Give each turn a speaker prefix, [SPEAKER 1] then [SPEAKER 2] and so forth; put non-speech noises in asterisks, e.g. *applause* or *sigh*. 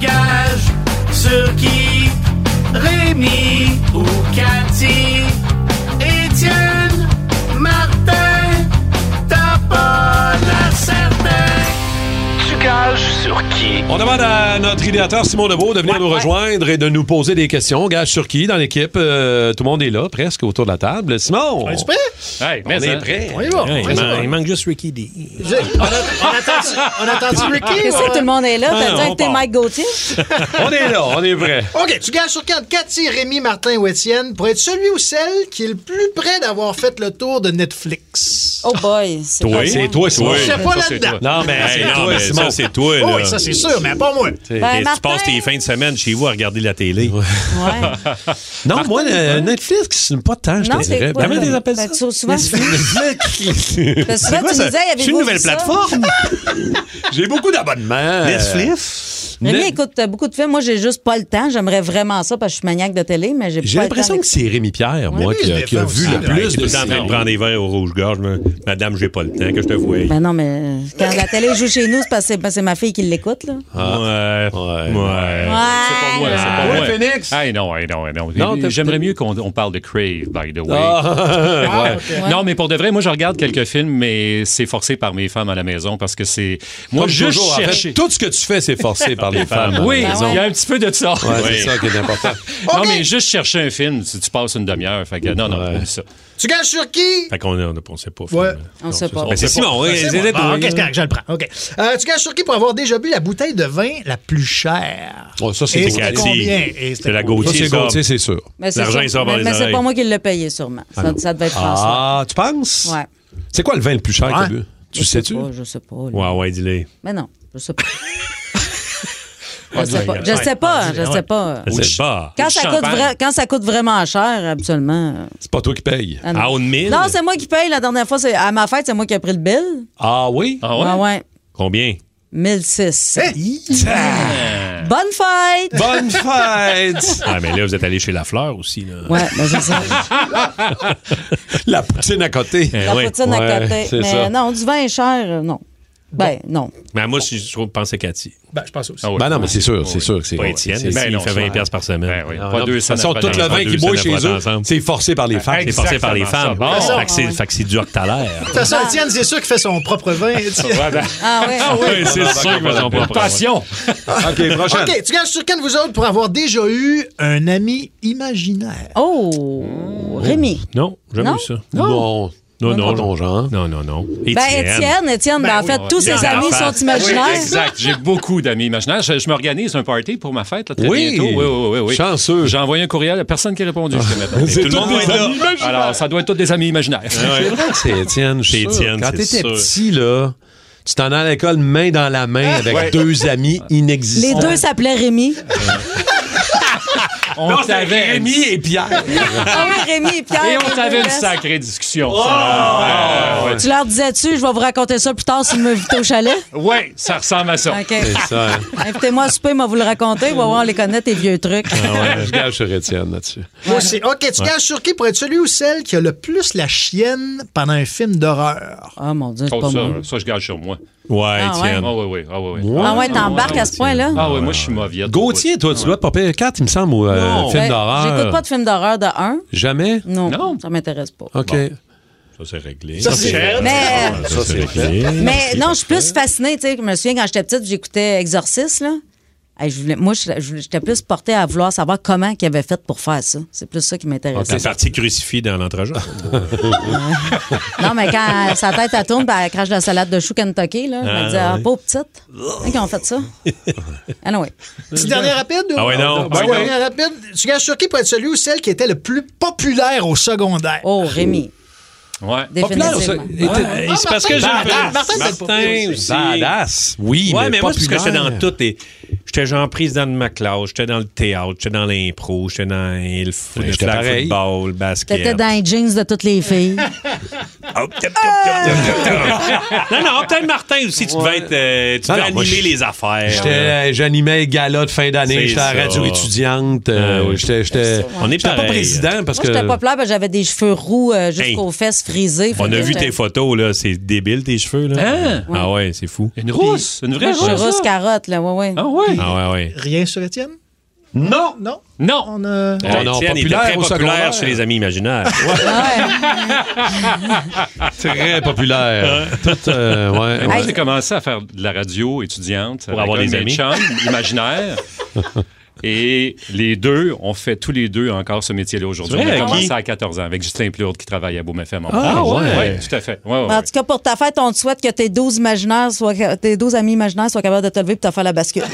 [SPEAKER 1] gage sur qui Rémi ou Cathy Étienne Martin T'as pas la certaine
[SPEAKER 2] Tu gages sur qui?
[SPEAKER 3] On demande à notre idéateur Simon Lebeau de venir nous rejoindre et de nous poser des questions. On Gage sur qui dans l'équipe? Euh, tout le monde est là, presque, autour de la table. Simon!
[SPEAKER 4] On est prêt?
[SPEAKER 2] Hey,
[SPEAKER 3] On est
[SPEAKER 2] hein.
[SPEAKER 3] prêt.
[SPEAKER 4] On y va.
[SPEAKER 3] Ouais,
[SPEAKER 4] On y
[SPEAKER 3] il
[SPEAKER 4] va.
[SPEAKER 3] man- il manque juste Ricky D.
[SPEAKER 4] Je- on, a, on attend-tu- on attend-tu Ricky?
[SPEAKER 5] Qu'est-ce que tout le monde est là?
[SPEAKER 3] Ah,
[SPEAKER 5] T'as
[SPEAKER 3] on
[SPEAKER 5] dit que t'es
[SPEAKER 3] part.
[SPEAKER 5] Mike Gauthier?
[SPEAKER 3] on est là, on est
[SPEAKER 4] *laughs*
[SPEAKER 3] prêt.
[SPEAKER 4] OK, tu gages sur quatre. Cathy, Rémi, Martin ou Étienne pour être celui ou celle qui est le plus près d'avoir fait le tour de Netflix.
[SPEAKER 5] Oh boy, c'est
[SPEAKER 3] Toi,
[SPEAKER 5] pas
[SPEAKER 3] c'est
[SPEAKER 5] moi.
[SPEAKER 3] toi, Simon.
[SPEAKER 6] Oui,
[SPEAKER 4] sais pas
[SPEAKER 6] ça, c'est
[SPEAKER 4] là-dedans.
[SPEAKER 6] toi.
[SPEAKER 3] Non, mais
[SPEAKER 6] Hey,
[SPEAKER 3] c'est
[SPEAKER 6] non,
[SPEAKER 3] toi,
[SPEAKER 6] mais
[SPEAKER 3] Simon.
[SPEAKER 6] ça, c'est toi,
[SPEAKER 4] Oh
[SPEAKER 6] là.
[SPEAKER 4] oui, ça c'est sûr, mais pas moi.
[SPEAKER 3] T'sais,
[SPEAKER 5] Ben,
[SPEAKER 6] Et tu
[SPEAKER 5] Martin.
[SPEAKER 6] passes tes fins de semaine chez vous à regarder la télé. hein?
[SPEAKER 5] Ouais.
[SPEAKER 3] Non, moi, le- Netflix, pas tant, je
[SPEAKER 5] Non,
[SPEAKER 3] te
[SPEAKER 5] c'est
[SPEAKER 3] dirais.
[SPEAKER 5] quoi,
[SPEAKER 3] Comment
[SPEAKER 5] là?
[SPEAKER 3] tu appelles
[SPEAKER 5] *laughs* Ben,
[SPEAKER 3] ça?
[SPEAKER 5] tu- souvent-
[SPEAKER 3] Netflix.
[SPEAKER 5] Parce que
[SPEAKER 3] C'est
[SPEAKER 5] souvent,
[SPEAKER 3] quoi
[SPEAKER 5] tu
[SPEAKER 3] ça?
[SPEAKER 5] me disais, avez-vous
[SPEAKER 3] C'est une nouvelle
[SPEAKER 5] vu ça?
[SPEAKER 3] plateforme. J'ai beaucoup d'abonnements.
[SPEAKER 6] Netflix?
[SPEAKER 5] Rémi
[SPEAKER 3] Net-
[SPEAKER 5] écoute euh, beaucoup de films. Moi, j'ai juste pas le temps. J'aimerais vraiment ça parce que je suis maniaque de télé, mais j'ai pas
[SPEAKER 3] J'ai
[SPEAKER 5] le temps.
[SPEAKER 3] l'impression que c'est Rémi Pierre, moi,
[SPEAKER 4] lui,
[SPEAKER 3] qui a,
[SPEAKER 4] il
[SPEAKER 3] qui a
[SPEAKER 4] défend
[SPEAKER 3] vu
[SPEAKER 4] aussi.
[SPEAKER 3] le plus
[SPEAKER 6] T'es tout
[SPEAKER 3] de
[SPEAKER 6] le temps en train de prendre
[SPEAKER 3] séries.
[SPEAKER 6] des verres au rouge-gorge. mais, Madame, j'ai pas le temps que je te voie.
[SPEAKER 5] Ben non, mais euh, quand la télé joue chez nous, c'est parce que c'est- parce que c'est ma fille qui l'écoute, là.
[SPEAKER 6] Ouais.
[SPEAKER 3] Ouais. Ah
[SPEAKER 6] Ouais.
[SPEAKER 2] C'est pas moi, c'est
[SPEAKER 5] Ouais.
[SPEAKER 2] pas moi.
[SPEAKER 3] Ouais, Phoenix.
[SPEAKER 2] Hey, non, hey, non, hey, non.
[SPEAKER 3] Non, t'as-
[SPEAKER 2] J'aimerais mieux qu'on on parle de Crave, by the
[SPEAKER 3] *laughs*
[SPEAKER 2] way.
[SPEAKER 3] Ah, ouais.
[SPEAKER 5] Ouais.
[SPEAKER 2] Non, mais pour de vrai, moi, je regarde quelques films, mais c'est forcé par mes femmes à la maison parce que c'est. Moi,
[SPEAKER 3] Comme
[SPEAKER 2] juste
[SPEAKER 3] toujours, en fait,
[SPEAKER 2] chercher.
[SPEAKER 3] tout ce que tu fais, c'est forcé par les femmes.
[SPEAKER 2] Oui,
[SPEAKER 5] Ah ouais.
[SPEAKER 2] il y a un petit peu de ça.
[SPEAKER 3] Ouais,
[SPEAKER 2] Oui.
[SPEAKER 3] C'est ça qui est important.
[SPEAKER 2] Non,
[SPEAKER 4] Ok.
[SPEAKER 2] mais juste chercher un film, tu, tu passes une demi-heure. Fait que non, non,
[SPEAKER 3] Ouais.
[SPEAKER 2] oublie ça.
[SPEAKER 4] Tu gages sur qui?
[SPEAKER 6] Fait qu'on on, on sait pas.
[SPEAKER 4] Ouais.
[SPEAKER 6] finalement.
[SPEAKER 5] On sait pas.
[SPEAKER 6] Ben, c'est Simon. hein,
[SPEAKER 4] C'est
[SPEAKER 6] c'est
[SPEAKER 4] moi.
[SPEAKER 6] c'est
[SPEAKER 4] Bon,
[SPEAKER 6] toi.
[SPEAKER 4] OK, c'est correct, je le prends. OK. Euh, tu gages sur qui pour avoir déjà bu la bouteille de vin la plus chère?
[SPEAKER 3] Oh, ça, c'est
[SPEAKER 4] Et
[SPEAKER 3] Gauthier.
[SPEAKER 4] combien? Et
[SPEAKER 6] C'est la
[SPEAKER 3] Ça,
[SPEAKER 6] Gauthier.
[SPEAKER 3] c'est
[SPEAKER 6] ça.
[SPEAKER 3] Gauthier, c'est sûr.
[SPEAKER 5] Mais c'est
[SPEAKER 6] L'argent,
[SPEAKER 5] ça.
[SPEAKER 6] il sort par
[SPEAKER 5] Mais,
[SPEAKER 6] les
[SPEAKER 5] mais c'est
[SPEAKER 6] oreilles.
[SPEAKER 5] pas moi qui l'ai payé, sûrement. Ça, ça devait être François.
[SPEAKER 3] Ah, tu penses?
[SPEAKER 5] Ouais.
[SPEAKER 3] C'est quoi le vin le plus cher que tu as bu?
[SPEAKER 5] Je
[SPEAKER 3] Tu sais-tu?
[SPEAKER 5] pas, Je sais pas. là.
[SPEAKER 6] Ouais, ouais, dis-le.
[SPEAKER 5] Mais non, je sais pas. *laughs* Je sais pas. Je sais pas. Je sais pas.
[SPEAKER 6] C'est pas.
[SPEAKER 5] Quand ça, coûte vra- quand ça coûte vraiment cher, absolument. euh,
[SPEAKER 3] C'est pas toi qui paye.
[SPEAKER 5] ah non.
[SPEAKER 6] À une mille?
[SPEAKER 5] Non, c'est moi qui paye. La dernière fois, c'est à ma fête, c'est moi qui ai pris le bill.
[SPEAKER 3] Ah oui?
[SPEAKER 2] Ah ouais?
[SPEAKER 5] ouais. ouais.
[SPEAKER 6] Combien?
[SPEAKER 5] 1006.
[SPEAKER 3] Ah,
[SPEAKER 5] Bonne fête!
[SPEAKER 3] Bonne
[SPEAKER 2] *laughs*
[SPEAKER 3] fête!
[SPEAKER 6] Ah, mais là, vous êtes allé chez La Fleur aussi. Là.
[SPEAKER 5] Ouais, ben c'est ça.
[SPEAKER 3] La poutine à côté.
[SPEAKER 6] Eh
[SPEAKER 5] La
[SPEAKER 6] oui.
[SPEAKER 5] poutine à
[SPEAKER 3] Ben Ouais,
[SPEAKER 5] côté.
[SPEAKER 3] c'est
[SPEAKER 5] Mais
[SPEAKER 3] ça.
[SPEAKER 5] non, du vin est cher, euh, non. Ben, non.
[SPEAKER 6] Mais moi, je, je pense à Cathy.
[SPEAKER 4] Ben, je pense aussi.
[SPEAKER 2] Ah ouais.
[SPEAKER 3] Ben non, mais c'est sûr, c'est sûr que c'est.
[SPEAKER 6] Pas Étienne.
[SPEAKER 3] c'est-
[SPEAKER 6] mais
[SPEAKER 2] Ben
[SPEAKER 6] il
[SPEAKER 2] non,
[SPEAKER 6] fait
[SPEAKER 2] c'est
[SPEAKER 6] 20$
[SPEAKER 2] vrai.
[SPEAKER 6] piastres par semaine.
[SPEAKER 2] Ben oui,
[SPEAKER 6] Ah,
[SPEAKER 2] pas
[SPEAKER 3] non,
[SPEAKER 2] deux
[SPEAKER 3] de toute façon,
[SPEAKER 2] semaines
[SPEAKER 3] tout le
[SPEAKER 2] après
[SPEAKER 3] vin qui
[SPEAKER 6] deux
[SPEAKER 3] boit
[SPEAKER 6] semaines
[SPEAKER 3] chez
[SPEAKER 6] après
[SPEAKER 3] eux,
[SPEAKER 6] ensemble.
[SPEAKER 3] c'est forcé par les femmes.
[SPEAKER 6] C'est forcé par les
[SPEAKER 2] Exactement,
[SPEAKER 6] femmes.
[SPEAKER 2] ça. Bon.
[SPEAKER 6] Fait que c'est- fait que c'est du octalaire.
[SPEAKER 4] De toute façon, Étienne, c'est sûr qu'il fait son propre
[SPEAKER 6] *laughs*
[SPEAKER 4] vin. Étienne.
[SPEAKER 2] ben,
[SPEAKER 5] Ah ouais.
[SPEAKER 6] Oui, c'est sûr qu'ils vont pas
[SPEAKER 2] Passion!
[SPEAKER 3] OK, prochaine.
[SPEAKER 4] OK, tu gages sur qui de vous autres pour avoir déjà eu un ami imaginaire?
[SPEAKER 5] Oh, Rémi.
[SPEAKER 6] Non, jamais
[SPEAKER 5] Non?
[SPEAKER 6] eu ça.
[SPEAKER 3] Non.
[SPEAKER 6] Non, non, non.
[SPEAKER 3] non, genre.
[SPEAKER 6] Non, non, non.
[SPEAKER 5] Ben, Étienne, Étienne, ben, en fait, tous ses
[SPEAKER 6] Dans
[SPEAKER 5] amis
[SPEAKER 6] la
[SPEAKER 5] sont
[SPEAKER 6] face.
[SPEAKER 2] Oui,
[SPEAKER 5] imaginaires.
[SPEAKER 2] exact. J'ai beaucoup d'amis imaginaires. Je, je m'organise un party pour ma fête là, très
[SPEAKER 3] Oui.
[SPEAKER 2] bientôt. Oui, oui, oui, oui.
[SPEAKER 3] Chanceux.
[SPEAKER 2] J'ai envoyé un courriel. Personne qui a répondu
[SPEAKER 6] *laughs*
[SPEAKER 2] jusqu'à maintenant.
[SPEAKER 3] C'est
[SPEAKER 6] tout le monde
[SPEAKER 3] tous
[SPEAKER 6] doit être
[SPEAKER 3] des
[SPEAKER 6] là.
[SPEAKER 3] amis.
[SPEAKER 2] Alors, ça doit être tous des amis imaginaires.
[SPEAKER 3] C'est vrai que c'est Étienne. je suis
[SPEAKER 6] C'est
[SPEAKER 3] sûr.
[SPEAKER 6] Étienne,
[SPEAKER 3] Quand
[SPEAKER 6] c'est
[SPEAKER 3] t'étais
[SPEAKER 6] sûr.
[SPEAKER 3] petit, là, tu t'en allais à l'école main dans la main avec
[SPEAKER 2] Ouais.
[SPEAKER 3] deux amis
[SPEAKER 5] Les
[SPEAKER 3] inexistants.
[SPEAKER 5] deux s'appelaient Rémi.
[SPEAKER 2] On t'avait
[SPEAKER 3] Rémi et Pierre.
[SPEAKER 5] Ah oui, Rémi et Pierre.
[SPEAKER 2] Et on t'avait une
[SPEAKER 5] Yes.
[SPEAKER 2] sacrée discussion.
[SPEAKER 6] Oh!
[SPEAKER 5] Tu leur disais-tu, je vais vous raconter ça plus tard si vous m'invitez au chalet?
[SPEAKER 2] Oui, ça ressemble à ça.
[SPEAKER 5] OK. *laughs*
[SPEAKER 3] C'est ça. hein.
[SPEAKER 5] Invitez-moi à souper, moi vous le raconter. On va voir, on les connaît, tes vieux trucs.
[SPEAKER 3] Ah *laughs*
[SPEAKER 5] *laughs*
[SPEAKER 3] ouais, je gage sur Étienne là-dessus.
[SPEAKER 4] Moi aussi. OK, tu gages sur qui pour être celui ou celle qui a le plus la chienne pendant un film d'horreur?
[SPEAKER 5] Ah mon Dieu, c'est
[SPEAKER 2] Oh,
[SPEAKER 5] pas
[SPEAKER 2] ça,
[SPEAKER 5] moi.
[SPEAKER 2] ça, je garde sur moi.
[SPEAKER 6] Ouais,
[SPEAKER 5] Ah, ouais.
[SPEAKER 6] Étienne.
[SPEAKER 2] Ah oui, oui. Ah oui, oui.
[SPEAKER 5] Ah ouais, t'embarques à ce point-là?
[SPEAKER 2] Ah oui, moi, je suis mauviette.
[SPEAKER 3] Gauthier, toi, tu dois te popper 4, il me semble, ou euh,
[SPEAKER 6] Non.
[SPEAKER 3] film
[SPEAKER 5] Ben,
[SPEAKER 3] d'horreur.
[SPEAKER 5] J'écoute pas de films d'horreur de 1.
[SPEAKER 3] Jamais?
[SPEAKER 5] Non,
[SPEAKER 2] Non.
[SPEAKER 5] ça m'intéresse pas.
[SPEAKER 3] OK.
[SPEAKER 6] Ça, c'est réglé.
[SPEAKER 4] Ça, c'est vrai.
[SPEAKER 5] Mais,
[SPEAKER 6] Ça, c'est réglé.
[SPEAKER 5] mais non, je suis plus fascinée. Tu sais, je me souviens quand j'étais petite, j'écoutais Exorciste. Là. Hey, je voulais- moi, je- je- j'étais plus portée à vouloir savoir comment qu'ils avaient fait pour faire ça. C'est plus ça qui m'intéressait.
[SPEAKER 6] C'est parti crucifié dans l'entrejambe.
[SPEAKER 5] Non, mais quand *laughs* euh, sa tête elle tourne, puis elle crache de la salade de chou Kentucky, là, je me disais, ah, pauvre petite. Hein, qui ont fait ça? Ah non, oui.
[SPEAKER 4] Petit dernier rapide? ou-
[SPEAKER 6] Ah ouais, non.
[SPEAKER 4] Petit
[SPEAKER 6] Ben ouais.
[SPEAKER 4] dernier rapide. Tu gages sur qui pour être celui ou celle qui était le plus populaire au secondaire?
[SPEAKER 5] Oh, Rémi,
[SPEAKER 2] Ouais.
[SPEAKER 3] Populaire, ça-
[SPEAKER 5] définitivement.
[SPEAKER 3] Étienne-
[SPEAKER 6] Et C'est parce que j'ai
[SPEAKER 4] Martin, Martin, c'est
[SPEAKER 6] Martin aussi.
[SPEAKER 3] Badass. Oui,
[SPEAKER 6] Ouais,
[SPEAKER 3] mais,
[SPEAKER 6] mais moi, c'est parce que j'étais
[SPEAKER 3] populaire.
[SPEAKER 6] dans toutes les. J'étais genre président de ma classe, j'étais dans le théâtre, j'étais dans l'impro, j'étais dans le foot,
[SPEAKER 3] Ouais, j'étais
[SPEAKER 6] le flag
[SPEAKER 3] pareil.
[SPEAKER 6] football, le basket.
[SPEAKER 5] T'étais dans les jeans de toutes les filles.
[SPEAKER 6] Hop, hop, hop, hop, hop, hop. non, non, peut-être Martin aussi, tu devais être. euh, tu
[SPEAKER 3] Non,
[SPEAKER 6] devais
[SPEAKER 3] non, moi,
[SPEAKER 6] animer
[SPEAKER 3] je-
[SPEAKER 6] les affaires.
[SPEAKER 3] J'étais, euh, J'animais les galas de fin d'année.
[SPEAKER 6] C'est
[SPEAKER 3] J'étais à la
[SPEAKER 6] ça.
[SPEAKER 3] radio étudiante. euh,
[SPEAKER 6] Ah oui.
[SPEAKER 3] J'étais. j'étais-
[SPEAKER 6] On est
[SPEAKER 3] j'étais pas
[SPEAKER 6] pareil.
[SPEAKER 3] président parce
[SPEAKER 5] Moi, j'étais
[SPEAKER 3] que.
[SPEAKER 5] populaire, parce que j'avais des cheveux roux euh, jusqu'aux
[SPEAKER 6] Hey.
[SPEAKER 5] fesses frisées.
[SPEAKER 6] On
[SPEAKER 5] Fait
[SPEAKER 6] a
[SPEAKER 5] que
[SPEAKER 6] vu
[SPEAKER 5] j'étais-
[SPEAKER 6] tes photos, là. C'est débile, tes cheveux, là.
[SPEAKER 2] Hein?
[SPEAKER 6] Ah ouais, c'est fou.
[SPEAKER 2] Une rousse, une vraie
[SPEAKER 5] Moi, je suis
[SPEAKER 2] rousse.
[SPEAKER 5] rousse carotte, là, ouais, ouais.
[SPEAKER 2] Ah ouais?
[SPEAKER 3] Ah, ouais, ouais.
[SPEAKER 4] Rien sur Étienne?
[SPEAKER 3] Non!
[SPEAKER 4] Oh, Non?
[SPEAKER 2] Non!
[SPEAKER 4] On a...
[SPEAKER 3] Ah, non,
[SPEAKER 6] Euh, Étienne était
[SPEAKER 3] populaire
[SPEAKER 6] très
[SPEAKER 3] au
[SPEAKER 6] populaire
[SPEAKER 3] secondaire.
[SPEAKER 6] chez les amis imaginaires.
[SPEAKER 3] *laughs*
[SPEAKER 5] Ouais.
[SPEAKER 3] Très populaire. *laughs* Tout, euh, ouais.
[SPEAKER 2] Moi,
[SPEAKER 5] Hey.
[SPEAKER 2] j'ai commencé à faire de la radio étudiante
[SPEAKER 6] Pour avoir des amis.
[SPEAKER 2] imaginaire. Et les deux, on fait tous les deux encore ce métier-là aujourd'hui.
[SPEAKER 6] C'est
[SPEAKER 2] On
[SPEAKER 6] vrai,
[SPEAKER 2] a
[SPEAKER 6] avec qui?
[SPEAKER 2] commencé à 14 ans avec Justin Plourde qui travaille à Beaume FM.
[SPEAKER 3] Ah, ouais.
[SPEAKER 2] Oui, tout à fait. Ouais, ouais, ouais.
[SPEAKER 5] En tout cas, pour ta fête, on te souhaite que tes 12, imaginaires soient, tes 12 amis imaginaires soient capables de te lever et de te faire la bascule.